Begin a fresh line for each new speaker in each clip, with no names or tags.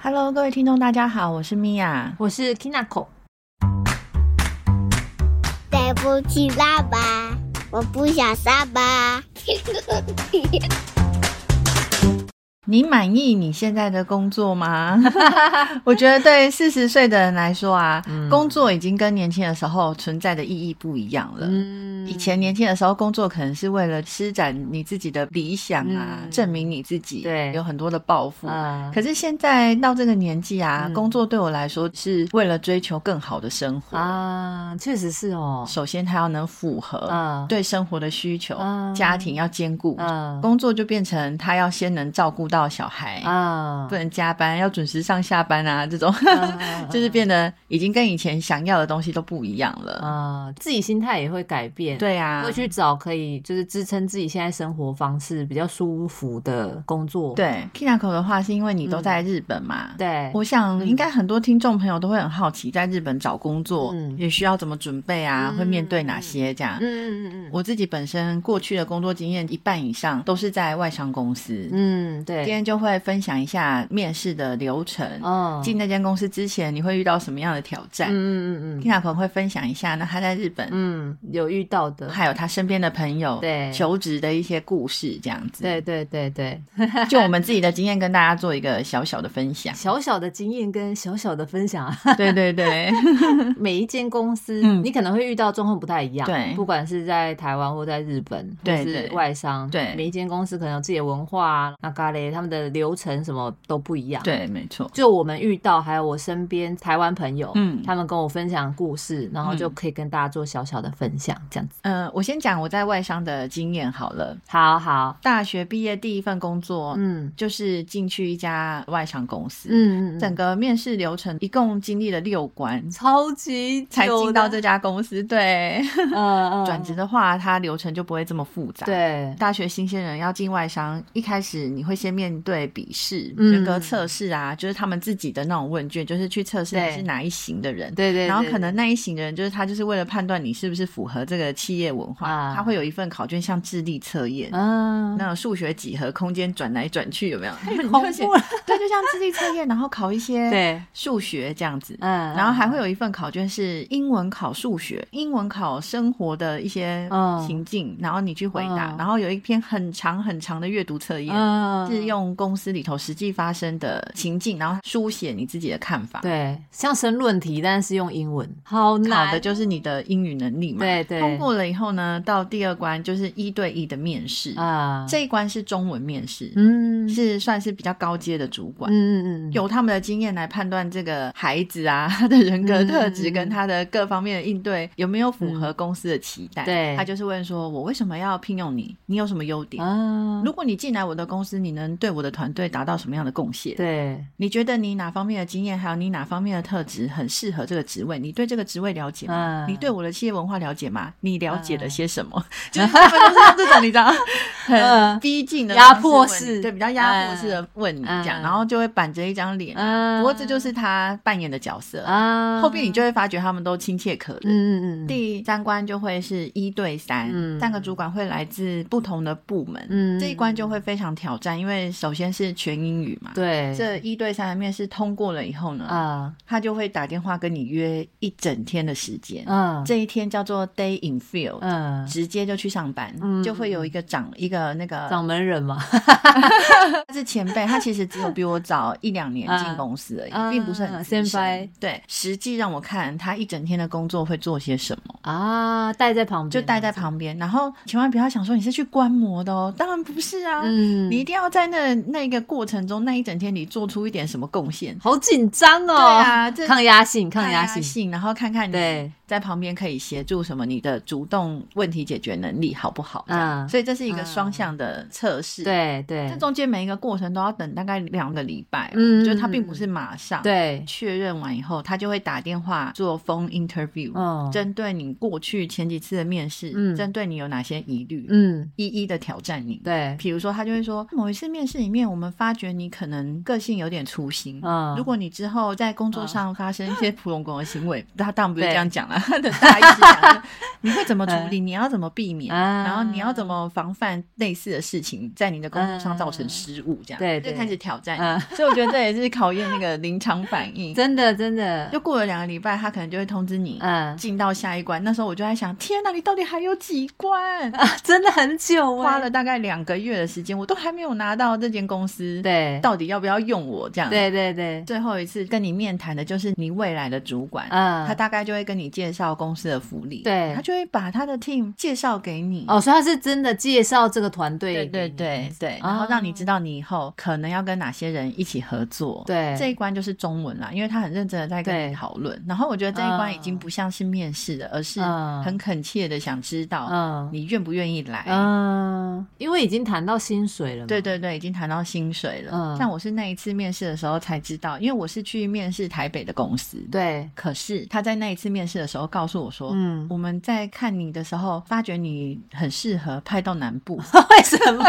Hello，各位听众，大家好，我是米娅。
我是 Kinako，
对不起，爸爸，我不想上班。
你满意你现在的工作 吗？我觉得对四十岁的人来说啊，
嗯
工作已经跟年轻的时候存在的意义不一样了。
嗯
以前年轻的时候，工作可能是为了施展你自己的理想啊，
嗯
证明你自己，
对
有很多的抱负。
啊，
可是现在到这个年纪啊，
嗯
工作对我来说是为了追求更好的生活。
啊，确实是哦，
首先，它要能符合
啊，
对生活的需求，
啊
家庭要兼顾，
啊
工作就变成他要先能照顾到小孩，
啊
不，能加班，要准时上下班啊，这种、
啊
就是变得已经跟以前想要的东西都不一样了。
啊，自己心态也会改变，，
对啊
会，去找可以就是支撑自己现在生活方式比较舒服的工作，
对 Kinako 的话是因为你都在日本嘛。
嗯对，
我想，
嗯
应该很多听众朋友都会很好奇，在日本找工作，
嗯
也需要怎么准备啊？
嗯
会面对哪些这样？
嗯嗯嗯嗯
我自己本身过去的工作经验一半以上都是在外商公司，
嗯，
今
对，
天就会分享一下面试的流程，
嗯，
进那间公司之前，你会遇到什么样的挑战？
嗯嗯嗯嗯
Tina 可能会分享一下，那他在日本，
嗯，有遇到的，
还有他身边的朋友，
对
求职的一些故事，这样子。
对，对对对，。
就我们自己的经验跟大家做一个小小的分享
小小的经验跟小小的分享啊，
对对对，
每一间公司，
嗯
你可能会遇到状况不太一样，
对
不管是在台湾或在日本，
对
或
对
是外商，
对
每一间公司可能有自己的文化啊，那咖喱他们的流程什么都不一样，。
对，没错。
就我们遇到，还有我身边台湾朋友，
嗯
他们跟我分享故事，然后就可以跟大家做小小的分享，这样子。
嗯，我先讲我在外商的经验好了。
好好，
大学毕业第一份工作，
嗯
就是进去一家外商公司。
嗯嗯
整
嗯，
个面试流程一共经历了六关，
超级久
才进到
的
这，家公司。 对，
嗯嗯，
转职的话，它流程就不会这么复杂。。
对，
大学新鲜人要进外商，一开始你会先面对笔试、
嗯
人格测试啊，就是他们自己的那种问卷，就是去测试你
对
是哪一型的人。
对对对，
然后可能那一型的人，就是他就是为了判断你是不是符合这个企业文化，
啊
他会有一份考卷，像智力测验。
嗯，
那种数学几何空间转来转去有 没有？太
恐怖了，
对，就像智力测验，然后考一些
对，
数学这样子。
嗯，
然后还
嗯
会有一份考卷是英文考数学，英文考生活的一些
嗯
情境，然后你去回答。
嗯
然后有一篇很长很长的阅读测验，
嗯
是用公司里头实际发生的情境，然后书写你自己的看法。，
对，像申论题，但是用英文，好难。
考的就是你的英语能力嘛。
对对
通过了以后呢，到第二关就是一对一的面试，
啊，
这一关是中文面试，
嗯
是算是比较高阶的主管。
嗯嗯嗯，
有他们的经验来判断这个孩子啊， 他的人格特质
嗯嗯嗯嗯
跟他的各方面的应对有没有符合公司的期待。
对
他就是问说：“我为什么要聘用你？你有什么优点？
啊，
如果你进来我的公司，你能对我的团队达到什么样的贡献？
对
你觉得你哪方面的经验，还有你哪方面的特质很适合这个职位？你对这个职位了解吗？
嗯
你对我的企业文化了解吗？你了解了
嗯
些什么？ 就是他们就是用这种你知道，很
嗯
逼近的
压
方
迫
问
式
你对比较压迫式的问你这样，
嗯
然后就会板着一张脸。
啊，
不过这就是他扮演的角色，
啊，
后边你就会发觉他们都亲切可人。
嗯嗯嗯，
第三关就会是一对三，
嗯
三个主管会来自不同的部门，
嗯
这一关就会非常挑战，因为首先是全英语嘛，
对
这一对三的面试通过了以后呢，
啊
他就会打电话跟你约一整天的时间，
嗯
这一天叫做 day in field，、
嗯，
直接就去上班，
嗯
就会有一个长一个那个
掌门人嘛，
他是前辈，他其实只有比我早一两年进
嗯
公司而已，
嗯
并不是很资
先
深
辈。
对，实际让我看他一整天的工作会做些什么。
啊，待在旁边，
就待在，旁边，然后千万不要想说你是去观摩的哦，当然不是啊，
嗯，
你一定要在那那个过程中那一整天里做出一点什么贡献，
好紧张哦，
对啊这
抗压性，抗
抗
压
压
性，
性，然后看看你
对
在旁边可以协助什么，你的主动问题解决能力好不好？这样，
嗯
所以这是一个
嗯
双向的测试。，
对对
这中间每一个过程都要等大概两个礼拜，哦
嗯
就是它并不是马上。。
对，
确认完以后，他就会打电话做 phone interview，、
嗯
针对你过去前几次的面试，
嗯
针对你有哪些疑虑，
嗯
一一的挑战你。
对，
比如说，他就会说，某一次面试里面，我们发觉你可能个性有点粗心。
嗯，
如果你之后在工作上发生一些普龙工的行为，他当然不是这样讲啦，啊， 他的大意是想说你会怎么处 理，你要怎么避免，
啊
然后你要怎么防范类似的事情在你的工作上造成失误，这样
嗯对
就
对
开始挑战
嗯
你。所以我觉得这也是考验那个临场反应。
真的真的，
就过了两个礼拜，他可能就会通知你
嗯
进到下一关。那时候我就在想，天哪，你到底还有几关？
真的很久欸
花了大概两个月的时间，我都还没有拿到这间公司
对
到底要不要用我这样。
对对对，
最后一次跟你面谈的就是你未来的主管，
嗯
他大概就会跟你介绍公司的福利，
对
他就会把他的 team 介绍给你。
哦，所以他是真的介绍这个团队
对对
给你，
对对，
哦
然后让你知道你以后可能要跟哪些人一起合作。
对
这一关就是中文啦，因为他很认真的在跟
对
你讨论。然后我觉得这一关已经不像是面试了，而是
嗯
很恳切的想知道
嗯
你愿不愿意来。
嗯，因为已经谈到薪水了嘛，
对对对，已经谈到薪水了。
嗯
但我是那一次面试的时候才知道，因为我是去面试台北的公司。
对，
可是他在那一次面试的时候告诉我说，
嗯，
我们在看你的时候，发觉你很适合派到南 部，
为什 么？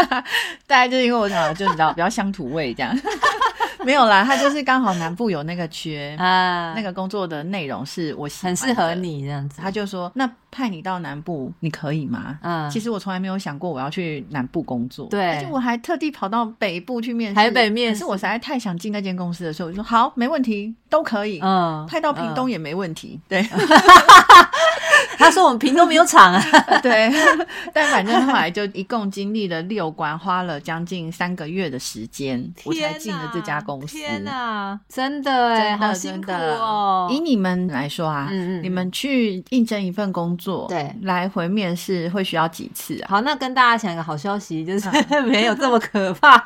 大概就是因为我长得就你知道比较乡土味这样， 没有啦，他就是刚好南部有那个缺，
啊，
那个工作的内容是我喜欢
很
的
适合，你这样子，
他就说那派你到南部你可以吗？
嗯，
其实我从来没有想过我要去南部工作，
对
而且我还特地跑到北部去面试，
台北面
可
试
是我实在太想进那间公司的时候，我就说好，没问题，都可以，
嗯
派到屏东也没问题，对
他说我们屏东没有厂啊，
对，但反正后来就一共经历了六关，花了将近三个月的时间， 我才进了这家公司。
天哪，真的哎，
真
好
的
辛
真
苦
的
哦，
以你们来说啊，
嗯嗯嗯
你们去应征一份工作，
对
来回面试会需要几次啊？
好，那跟大家讲一个好消息，就是
嗯
没有这么可怕，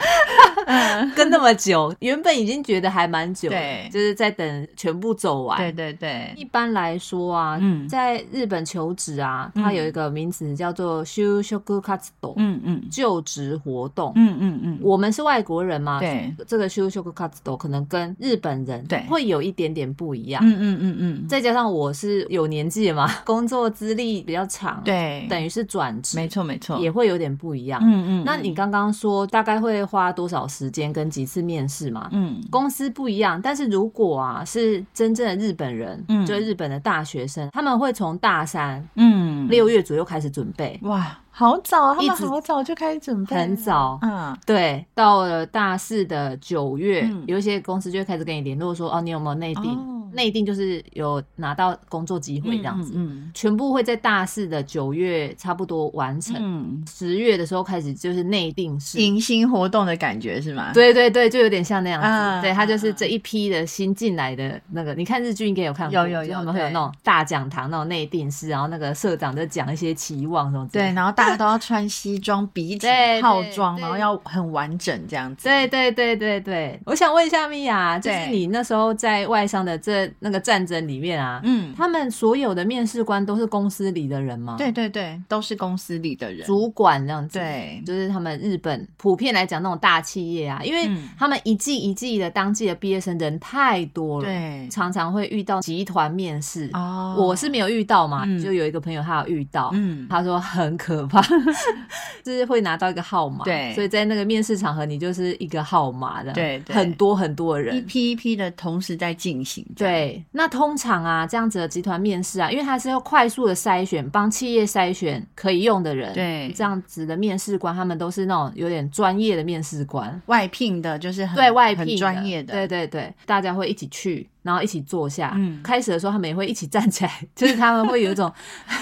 跟那么久。原本已经觉得还蛮久了，
对
就是在等全部走完。
对对对，
一般来说啊，
嗯
在日本求职啊，它
嗯
有一个名词叫做 “shushoku k a t s d o
嗯嗯
就职活动。
嗯嗯嗯，
我们是外国人嘛，
对，
这个 “shushoku k a t s d o 可能跟日本人
对
会有一点点不一样。
嗯嗯嗯嗯，
再加上我是有年纪了嘛， 工作资历比较长，，
对，
等于是转职，
没错没错，
也会有点不一样。
嗯嗯，
那你刚刚说大概会花多少时间跟几次面试嘛？
嗯
公司不一样，但是如果啊是真正的日本人，
嗯
就是日本的大学生，他们会从大三
嗯
六月左右开始准备，
哇，好早啊，他
一
们
直
好早就开始准备了，
很早。
嗯，
对，到了大四的九月，
嗯
有一些公司就会开始跟你联络说，哦，你有没有内定？
哦
内定就是有拿到工作机会这样子，
嗯
全部会在大四的九月差不多完成，
嗯，
十、月的时候开始就是内定式。
迎新活动的感觉是吗？，
对对对，就有点像那样子。
啊
对，他就是这一批的新进来的那个，你看日剧应该有看过，
有有有
就他们会有
对
那种大讲堂，那种内定式，然后那个社长就讲一些期望什么之类
对，
的。
然后大家都要穿西 装、笔挺
对对
套装，
对
然后要很完整这样子。
对对对对对，我想问一下米娅，就是
对
你那时候在外商的这那个战争里面啊，
嗯，
他们所有的面试官都是公司里的人吗？，
对对对，都是公司里的人。
主管这样子。
对，
就是他们日本普遍来讲那种大企业啊，因为
嗯
他们一季一季的当季的毕业生人太多了，
对
常常会遇到集团面试。
哦
我是没有遇到嘛，
嗯
就有一个朋友他有遇到，
嗯，
他说很可怕， 就是会拿到一个号码，
对
所以在那个面试场合你就是一个号码的，
对对
很多很多人
一。批一批的同时在进行。，
对，那通常啊，这样子的集团面试啊，因为它是要快速的筛选，帮企业筛选可以用的人。
对
这样子的面试官，他们都是那种有点专业的面试官，
外聘的就是很
对外聘的
嗯很专业的。
对对对，大家会一起去，然后一起坐下。
嗯
开始的时候他们也会一起站起来，就是他们会有 一种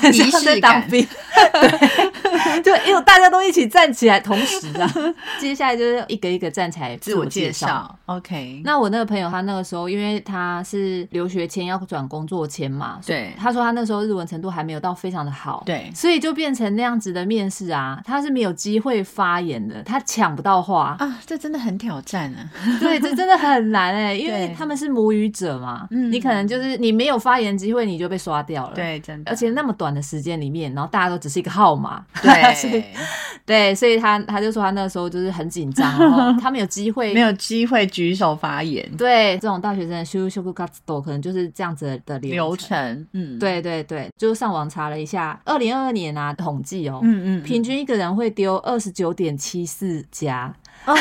仪式感
像在当兵，对， 就因为大家都一起站起来，同时啊，接下来就是一个一个站起来
自
我
我介
绍。
绍。OK，
那我那个朋友，他那个时候，因为他是留学签要转工作签嘛，所以
对
他说他那时候日文程度还没有到非常的好，，
对
所以就变成那样子的面试啊，他是没有机会发言的，他抢不到话，
啊，这真的很挑战 啊。
对，这真的很难哎、因为
对
他们是母语者嘛，
嗯
你可能就是你没有发言机会，你就被刷掉了，。
对，真的，
而且那么短的时间里面，然后大家都只是一个 号码， 所以
对
对，所以他他就说他那个时候就是很紧张，然 后他们有机会
没有机会举手发言
对这种大学生的修修 t s 斗，可能就是这样子的流
流程。嗯，，
对对对，就上网查了一下，二零二二年啊统计哦，
嗯嗯，
平均一个人会丢二十九点七四家，
哦，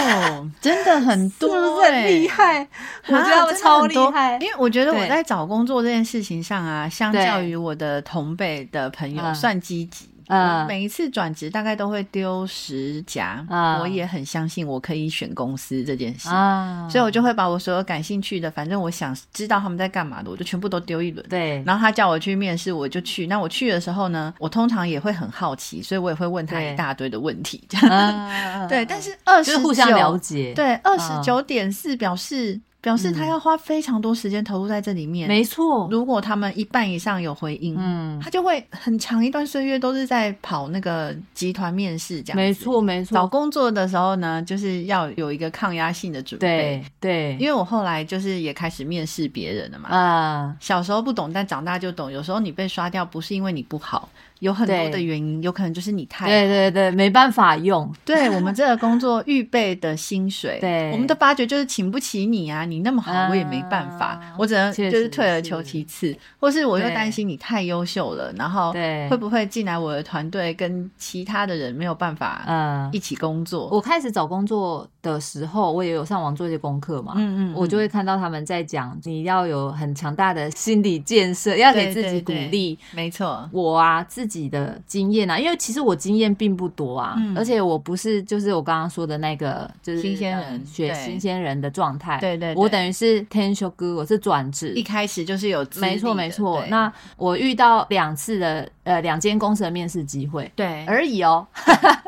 真的很
是
多、欸，
不是很厉害？ 我
啊
觉得他们超厉
真的
害
很多，因为我觉得我
对
在找工作这件事情上啊，相
对
较于我的同辈的朋友，
嗯
算积极。
嗯
我每一次转职大概都会丢十家，
嗯
我也很相信我可以选公司这件事，
啊！
所以我就会把我所有感兴趣的，反正我想知道他们在干嘛的，我就全部都丢一轮。
对，
然后他叫我去面试，我就去。那我去的时候呢，我通常也会很好奇，所以我也会问他
对
一大堆的问题。
啊
对，但是二
就
十
是互相了解，，
对，二
嗯
十九点四表示表示他要花非常多时间投入在这里面。
没错，
如果他们一半以上有回应，
嗯，
他就会很长一段岁月都是在跑那个集团面试这样。
没。错，没
找
错，
工作的时候呢，就是要有一个抗压性的准备。
对对，
因为我后来就是也开始面试别人了嘛。
啊，
小时候不懂，但长大就懂。有时候你被刷掉，不是因为你不好，有很多
对
的原因，有可能就是你太
对对对，没办法用，
对我们这个工作预备的薪水，
对
我们的发觉就是请不起你啊，你那么好，我也没办法，
啊
我只能就
确
是
实
退而
是
求其次，或是我又
对
担心你太优秀了，然后
对
会不会进来我的团队跟其他的人没有办法
嗯
一，起工作？
我开始找工作的时候，我也有上网做一些功课嘛，
嗯
我就会看到他们在讲，你要有很强大的心理建设，要给自己鼓
对对
励。
没错，
我啊，自己的经验啊，因为其实我经验并不多啊，
嗯
而且我不是就是我刚刚说的那个就是
新鲜人
呃学
对
新鲜人的状态，
对对对
我等于是 ten s h o g 我是转职，
一开始就是有资历的
没错没错。
对
那我遇到两次的呃两间公司的面试机会
对， 而
而已哦，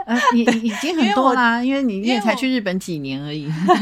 呃你你已经很多啦，因为你你也才去日本几年而已。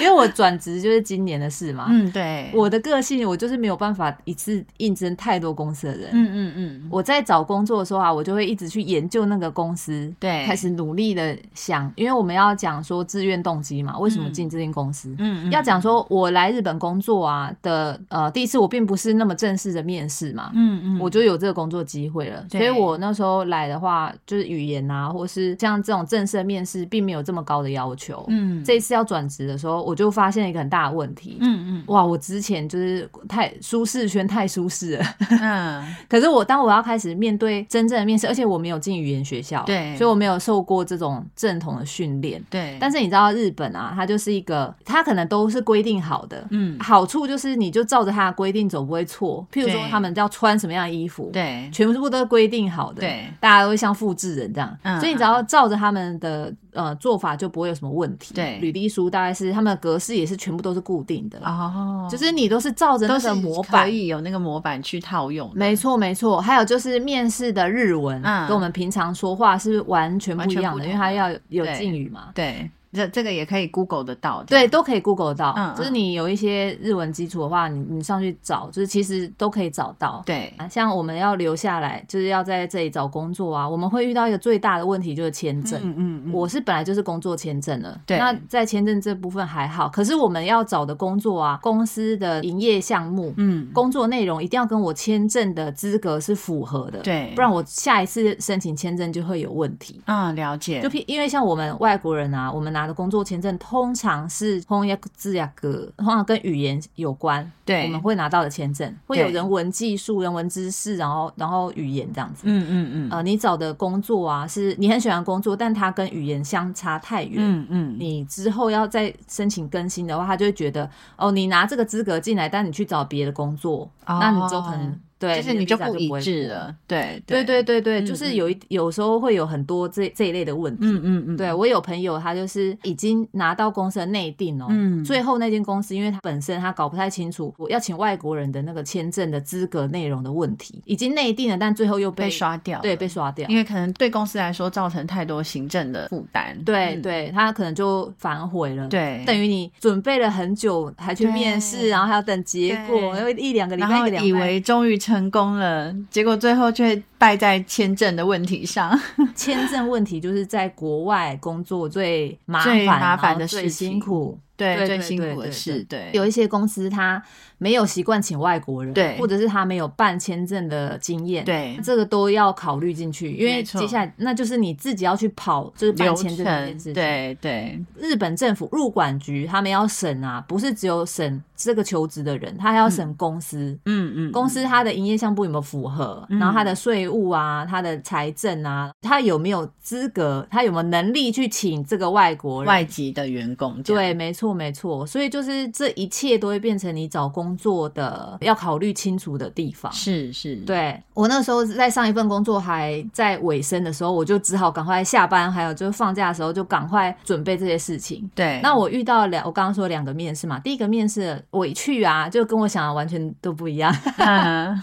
因为我转职就是今年的事嘛。
嗯，对，
我的个性我就是没有办法一次应征太多公司的人，
嗯嗯嗯，
我在找工作的时候啊，我就会一直去研究那个公司，
对
开始努力的想，因为我们要讲说志愿动机嘛，为什么进这间公司？
嗯嗯
要讲说，我来日本工作啊的，呃，第一次我并不是那么正式的面试嘛，
嗯嗯，
我就有这个工作机会了。
对
所以我那时候来的话，就是语言啊，或是像这种正式的面试，并没有这么高的要求。
嗯
这一次要转职的时候，我就发现了一个很大的问题，
嗯
哇，我之前就是太舒适圈太舒适了，
嗯嗯。
可是我当我要开始面对真正的面试，而且我没有进语言学校，
对
所以我没有受过这种正统的训练。
对，
但
是
是你知道日本啊，它就是一个，它可能都是规定好的，
嗯，
好处就是你就照着它的规定走，不会错。譬如说
对
他们要穿什么样的衣服，，
对，
全部都是规定好的，
对，
大家都会像复制人这样，
嗯
所以你只要照着他们的呃做法，就不会有什么问题。
对
履历书大概是他们的格式也是全部都是固定的，
哦，
就是你都是照着那
都是
个模
可
板。
以有那个模板去套用的，
没错，没错。还有就是面试的日文，
嗯
跟我们平常说话是完全不一
完全
样
不
的，
同
因为它要有
对
敬语嘛。
对，这这个也可以 Google 得到，
对，，都可以 Google 到，
嗯嗯
就是你有一些日文基础的话，你你上去找，就是其实都可以找到。
对，
啊，像我们要留下来，就是要在这里找工作啊，我们会遇到一个最大的问题就是签证。
嗯
我是本来就是工作签证了，
对
那在签证这部分还好，可是我们要找的工作啊，公司的营业项目，
嗯，
工作内容一定要跟我签证的资格是符合的，
对
不然我下一次申请签证就会有问题。
啊，了解，
就譬因为像我们外国人啊，我们拿的工作签证通常是通訳字雅格，通常跟语言有关，
对
我们会拿到的签证会
对
有人文技术、人文知识，然后然后语言这样子。
嗯嗯嗯，
呃，你找的工作啊，是你很喜欢工作，但它跟语言相差太远，
嗯嗯，
你之后要再申请更新的话，他就会觉得哦，你拿这个资格进来，但你去找别的工作，
哦
那你就可能对，
就是
你
你
的
就
visa
不
会
一致
过。
了，对
对对
对，
对对，
嗯
就是有一有时候会有很多这这一类的问题。
嗯嗯嗯，
对我有朋友，他就是已经拿到公司的内定哦，
嗯
最后那间公司，因为他本身他搞不太清楚，我要请外国人的那个签证的资格内容的问题，已经内定了，但最后又
被刷掉，
对被，刷掉
因，为可能对公司来说造成太多行政的负担，
对
嗯
对，他可能就反悔了，
对，
等于你准备了很久，还去面试，
对
然后还要等结果，
对
因为一两个礼
然
拜，一
后
个两
以为终于成功了，结果最后却败在签证的问题 上。
签证问题就是在国外工作最麻烦、
最麻
然
烦
后
的
最
事
辛
情
苦。
对
对
最
对
辛
对
苦的
对
事，对
有一些公司他没有习惯请外国人，
对
或者是他没有办签证的经验，，
对
这个都要考虑进去，因为
没错
接下来那就是你自己要去跑，就是办
流
签证这件事
程，
情。，
对对
日本政府入管局他们要审啊，不是只有审这个求职的人，他还要审公司。
嗯嗯，
公司它的营业项目有没有符合，
嗯
然后它的税务啊、它的财政啊，它有没有资格，它有没有能力去请这个外国人？
外籍的员工这
对，
样，
没错，没错。所以就是这一切都会变成你找工作的要考虑清楚的地方。
是是，
对我那时候在上一份工作还在尾声的时候，我就只好赶快下班，还有就是放假的时候就赶快准备这些事情。
对。
那我遇到了两，我刚刚说两个面试嘛，第一个面试我一去啊，就跟我想的完全都不一样。
啊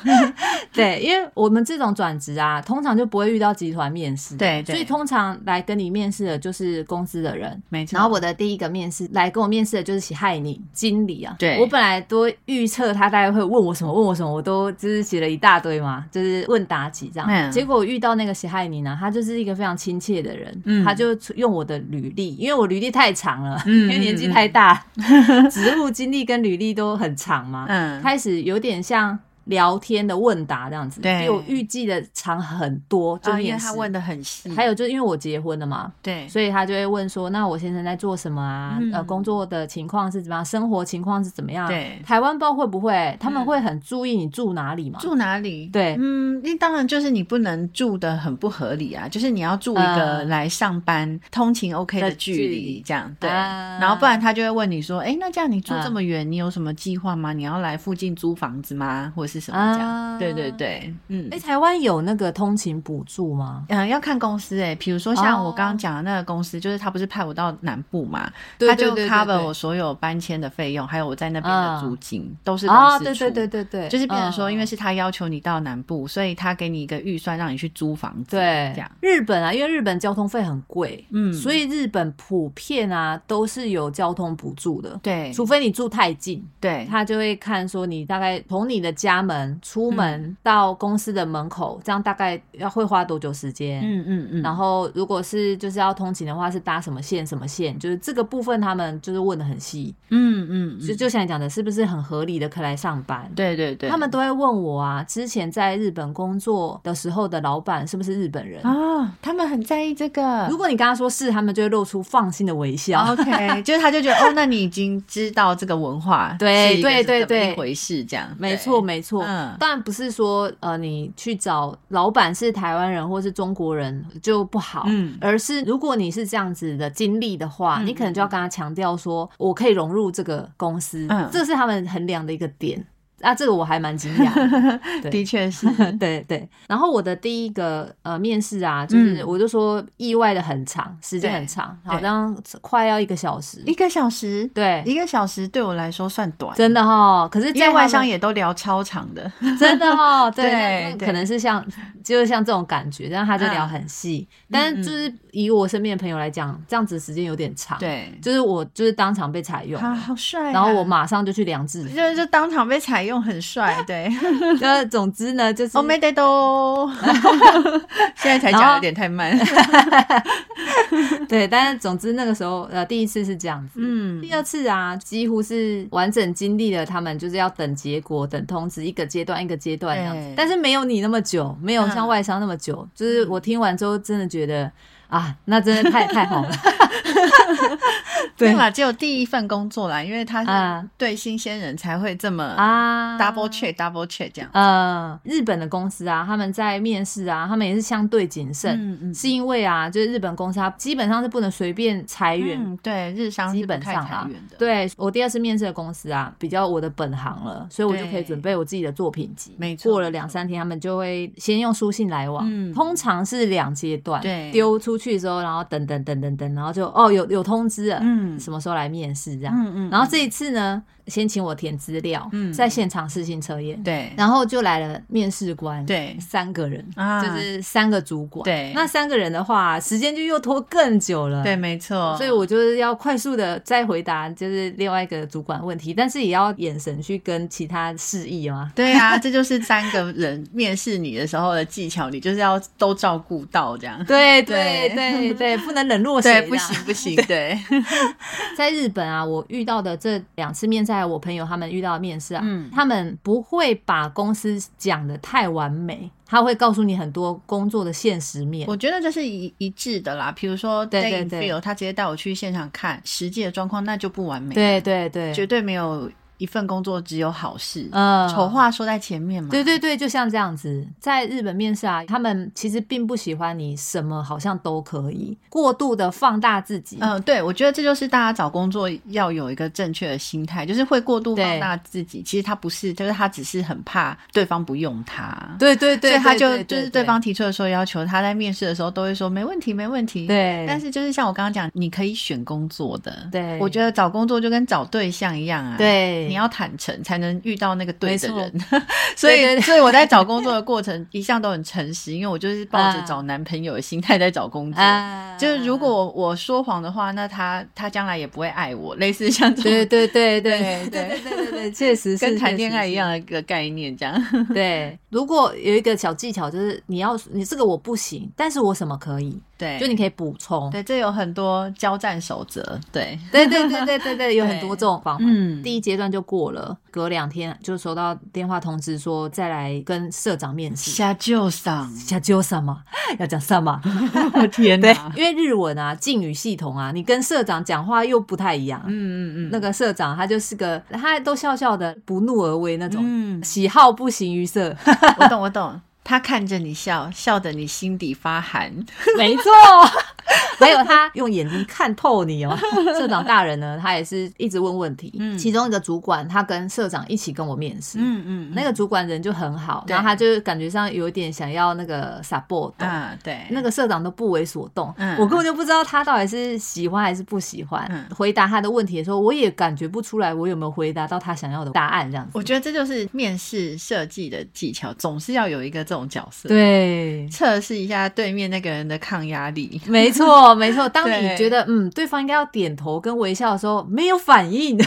对，因为我们这种转职啊，通常就不会遇到集团面试，
对对
所以通常来跟你面试的就是公司的人。
没错。
然后我的第一个面试来跟我面试的就是喜害你经理啊，
对
我本来都预测他大概会问我什么问我什么，我都就是写了一大堆嘛，就是问答题这样。
嗯
结果我遇到那个喜害你呢，他就是一个非常亲切的人，
嗯
他就用我的履历，因为我履历太长了，
嗯
因为年纪太大，职务经历跟履历都很长嘛，
嗯，
开始有点像聊天的问答这样子，
对
比我预计的长很多。就
啊，因
面
为
试，
他问的很细，
还有就是因为我结婚了嘛，
对，
所以他就会问说：“那我先生在做什么啊？
嗯
呃，工作的情况是怎么样？生活情况是怎么样？
对
台湾包会不会？他们
嗯
会很注意你住哪里嘛？
住哪里？
对
嗯，那当然就是你不能住的很不合理啊，就是你要住一个
呃
来上班、通勤 OK 的
的距
距离
离
这样，对。
啊
然后不然他就会问你说，哎，那这样你住
啊
这么远，你有什么计划吗？你要来附近租房子吗？或者是什么这样？
啊
对对。对，嗯
哎、。台湾有那个通勤补助吗？
嗯，要看公司诶、比如说像
哦
我刚刚讲的那个公司，就是他不是派我到南部嘛，
对
他
对
就
对对
cover
对
我所有搬迁的费用，还有我在那边的
啊
租金，都是公
哦，
司
对
出
对对对对，
就是变成说，
嗯
因为是他要求你到南部，所以他给你一个预算让你去租房子，
对
这样，
日本啊，因为日本交通费很贵，
嗯
所以日本普遍啊都是有交通补助的，
对，
除非你住太近，
对，
他就会看说你大概从你的家门出
嗯
门到公司的门口，这样大概要会花多久时间。
嗯嗯嗯，
然后，如果是就是要通勤的话，是搭什么线什么线，就是这个部分他们就是问的很细，
嗯嗯，
就
嗯
就像你讲的，是不是很合理的可以来上班？
对对对，
他们都会问我啊，之前在日本工作的时候的老板是不是日本人？
啊，他们很在意这个。
如果你跟他说是，他们就会露出放心的微
啊
笑。
OK，就是他就觉得哦，那你已经知道这个文化
对
是一个
对
是
对
怎么一
对
回事这样，
没
对
错，没错。
嗯
当然不是说呃，你去找老板是台湾人或是中国人就不好，
嗯
而是如果你是这样子的经历的话，
嗯
你可能就要跟他强调说，我可以融入这个公司，
嗯
这是他们衡量的一个点。啊，这个我还蛮惊讶 的。对
的确是，
对对，然后我的第一个呃面试啊，就
嗯
是我就说意外的很长，时间
对
很长，
对
好像快要一个小 时。
一个小时，
对，
一个小时对我来说算短，
真的哈、可是
因为
在
外
商
商也都聊超长 的，
真的哦，对，
对
那
对
可能是像就是像这种感觉，但他就
嗯
聊很细，但是就是以我身边的朋友来讲，这样子时间有点长，，
对，
就是我就是当场被采用，
好好帅啊，
然后我马上就去量制 服，
就就当场被采用，很 帅，对。
呃，总之呢就是
哦，没得 都，现在才
然
讲
后
有点太慢。
对，但是总之那个时候呃第一次是这样子，
嗯
第二次啊，几乎是完整经历了他们就是要等结果、等通知，一个阶段一个阶段这样
对
子。但是没有你那么久，没有像
嗯
外商那么久。就是我听完之后，真的觉得啊，那真的太太 好了。
对
对
啦，只有第一份工作啦，因为他是
啊
对新鲜人才会这么
啊
double check double check 这样。
呃，日本的公司啊，他们在面试啊，他们也是相对谨慎，
嗯嗯
是因为啊，就是日本公司它基本上是不能随便裁员。
嗯，对，日商是
基
不
本
太
上
裁
啦
员的，，
对我第二次面试的公司啊，比较我的本行了，所以我就可
对
以准备我自己的作品集。
没错
过
没
了两
错
三天，他们就会先用书信来往，
嗯
通常是两阶段，
对
丢出去之后，然后等等等等等，然后就哦有有通知了，
嗯
什么时候来面试这样。
嗯嗯，
然后这一次呢，先请我填资料，
嗯
在现场试行测验，
对
然后就来了面试官，，
对
三个人，
啊
就是三个主管，
对
那三个人的话，时间就又拖更久了，
对，。没错。
所以我就是要快速的再回答，就是另外一个主管问题，但是也要眼神去跟其他示意嘛。
对啊， 这就是三个人面试你的时候的技巧，你就是要都照顾到这样。
对
对
对对 对，不能冷落谁
对，
啦
不行不行，对，
在日本啊，我遇到的这两次面试，还有我朋友他们遇到的面试啊，
嗯
他们不会把公司讲的太完美，他会告诉你很多工作的现实面。
我觉得这是一一致的啦。比如说 d
对
a
对
y f
对
e e l 他直接带我去现场看实际的状况，那就不完美，，
对对对，
绝对没有一份工作只有好事。
嗯
丑话说在前面嘛，
对对对，就像这样子，在日本面试啊，他们其实并不喜欢你什么好像都可以，过度的放大自己。
嗯，对，我觉得这就是大家找工作要有一个正确的心态，就是会过度放
对
大自己。其实他不是，就是他只是很怕对方不用他。
对对对，
所以他
对
就
对
就是对方提出的所有要求，他在面试的时候都会说没问题，没问题。。
对，
但是就是像我刚刚讲，你可以选工作的。
对
我觉得找工作就跟找对象一样啊。。
对
你要坦诚，才能遇到那个对的人
没。
所以，
对对对
所以我在找工作的过程一向都很诚实，因为我就是抱着
啊
找男朋友的心态在找工作。
啊
就是如果我说谎的话，那他他将来也不会爱我，类似像这种
对对对对
对
对
对
对对对，确实 是
跟谈
确
恋
实
爱
是
一样的一个概念，这样。
对，如果有一个小技巧，就是你要你这个我不行，但是我什么可以，
对，
就你可以补充。
对，这有很多交战守则，对，
对对对对对对，有很多这种方法。
嗯
第一阶段就过了，隔两天就收到电话通知说再来跟社长面试。
下救上，
下就什么 要讲什么？
天
对
哪，，
嗯 因为日文啊，敬语系统啊，你跟社长讲话又不太一样。
嗯嗯嗯，
那个社长他就是个，他都笑笑的，不怒而威那种，
嗯
喜好不形于色。
我懂我懂，他看着你笑，笑得你心底发寒，
没错， 还有他用眼睛看透你 哦。社长大人呢，他也是一直问问题。
嗯
其中一个主管，他跟社长一起跟我面试。
嗯
那个主管人就很好，
对
然后他就感觉上有点想要那个 support，、
啊，对，
那
个
个社长都不为所动，
嗯
我根本就不知道他到底是喜欢还是不喜欢。
嗯
回答他的问题的时候，我也感觉不出来我有没有回答到他想要的答案，这样子。
我觉得这就是面试设计的技巧，总是要有一个这种角色，，
对，
测试一下对面那个人的抗压力。
没错，没错。当
对
你觉得嗯，对方应该要点头跟微笑的时候，没有反应，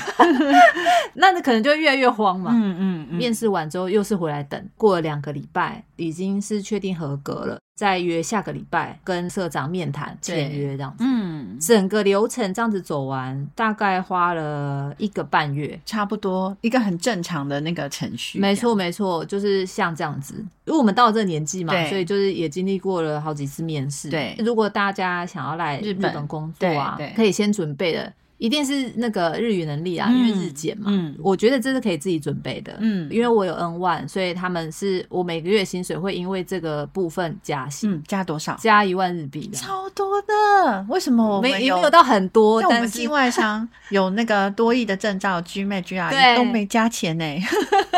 那你可能就会越来越慌嘛。
嗯嗯嗯
面试完之后又是回来等，过了两个礼拜，已经是确定合格了，再约下个礼拜跟社长面谈
对
签约这样子。
嗯，
整个流程这样子走完，大概花了一个半月。
差不多一个很正常的那个程序。
没错，没错，就是像这样子。因为我们到了这个年纪嘛
对，
所以就是也经历过了好几次面试。
对
如果大家想要来
日
日
本
本工作啊
对对，
可以先准备的，一定是那个日语能力啊，
嗯
因为日检嘛。
嗯
我觉得这是可以自己准备的。
嗯
因为我有 N one，所以他们是我每个月薪水会因为这个部分加薪，
嗯，加多少？
加一万日币的。
超多的，为什么我
没
们
也
有
没有到很多，
像我们
但是
境外 商有那个多亿的证照，GMAT、GRE
对
都没加钱呢、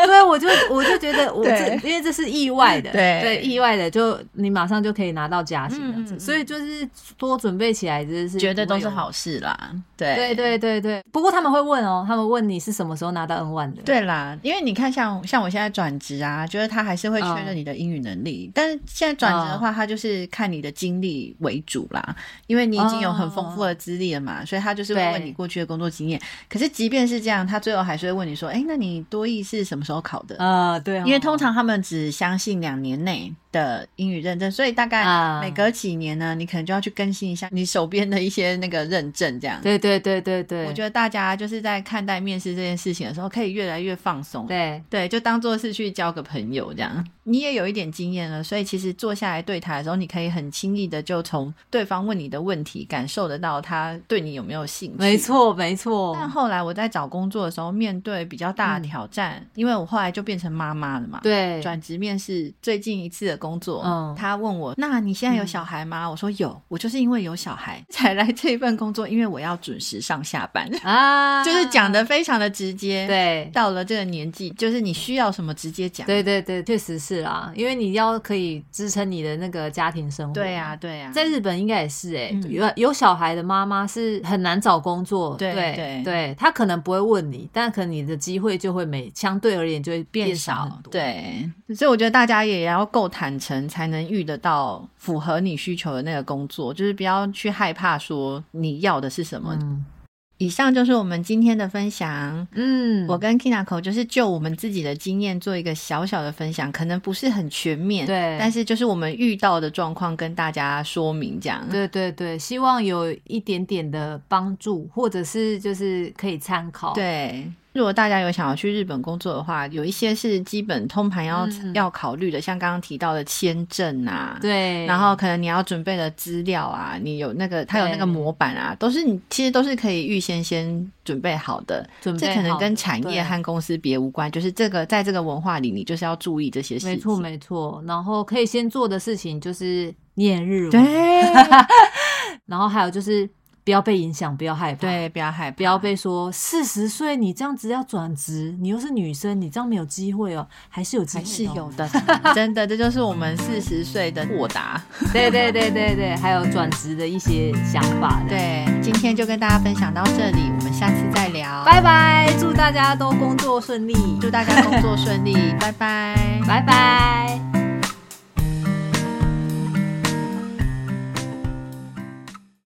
对，我就我就 觉得我这
对
因为这是意外的，
对
意外的就你马上就可以拿到加薪这样
嗯
子，
嗯嗯
所以就是多准备起来，就是
觉得都是
不会有。
好事啦。对
对对对对，不过他们会问哦，他们问你是什么时候拿到 N 万的？
对啦，因为你看像，像我现在转职啊，就是他还是会确
嗯
认你的英语能力，但是现在转职的话，他就是看你的经历为主啦，因为你已经有很丰富的资历了嘛，所以他就是会
哦对
问你过去的工作经验。可是即便是这样，他最后还是会问你说：“哎，那你多益是什么时候考的？”
啊、对哦、
因为通常他们只相信两年内的英语认证，所以大概
啊
每隔几年呢，你可能就要去更新一下你手边的一些那个认证，这样。
对对对对对，
我觉
得
得大家就是在看待面试这件事情的时候，可以越来越放松。
对
对，就当做是去交个朋友这样。你也有一点经验了，所以其实坐下来对谈的时候，你可以很轻易的就从对方问你的问题感受得到他对你有没有兴趣。
没。错没错，
但后来我在找工作的时候，面对比较大的挑战，因为我后来就变成妈妈了嘛。。
嗯对
转职面试最近一次的工作，
嗯
他问我：“那你现在有小孩吗？”我说：“有，我就是因为有小孩才来这份工作，因为我要准时上下班。
啊，
就是讲的非常的直接。，
对
到了这个年纪，就是你需要什么直接讲。
对对对，确实是是啊，因为你要可以支撑你的那个家庭生活。
对啊，，对啊，
在日本应该也是哎、
嗯
有有小孩的妈妈是很难找工作，
对
对
对
她可能不会问你，但可能你的机会就会每相对而言就会变少很多。，
对，所以我觉得大家也要够坦诚，才能遇得到符合你需求的那个工作，就是不要去害怕说你要的是什么。
嗯
以上就是我们今天的分享。
嗯，
我跟 Kinako 就是就我们自己的经验做一个小小的分享，可能不是很全面，
对
但是就是我们遇到的状况跟大家说明这样。
对对对，希望有一点点的帮助，或者是就是可以参考。，
对，如果大家有想要去日本工作的话，有一些是基本通盘要、
嗯
要考虑的，像刚刚提到的签证啊，
对，
然后可能你要准备的资料啊，你有那个它有那个
对
模板啊，都是你其实都是可以预先先准备好的。
准备
这可能
好
跟
的
产业
对
和公司别无关，就是这个在这个文化里，你就是要注意这些事情。
没错没错，然后可以先做的事情就是念日文，
对
然后还有就是不要被影响，不要害怕，，
对，不要害怕，
不要被说四十岁你这样子要转职，你又是女生，你这样没有机会哦，还是有机
还
会，哦
是有。的，真的，这就是我 们四十岁的豁达。
对对对对对，还有转职的一些想法。，
对，今天就跟大家分享到这里，我们下次再聊。
拜拜，祝大家都工作顺利，
祝大家工作顺利，拜拜。
拜拜。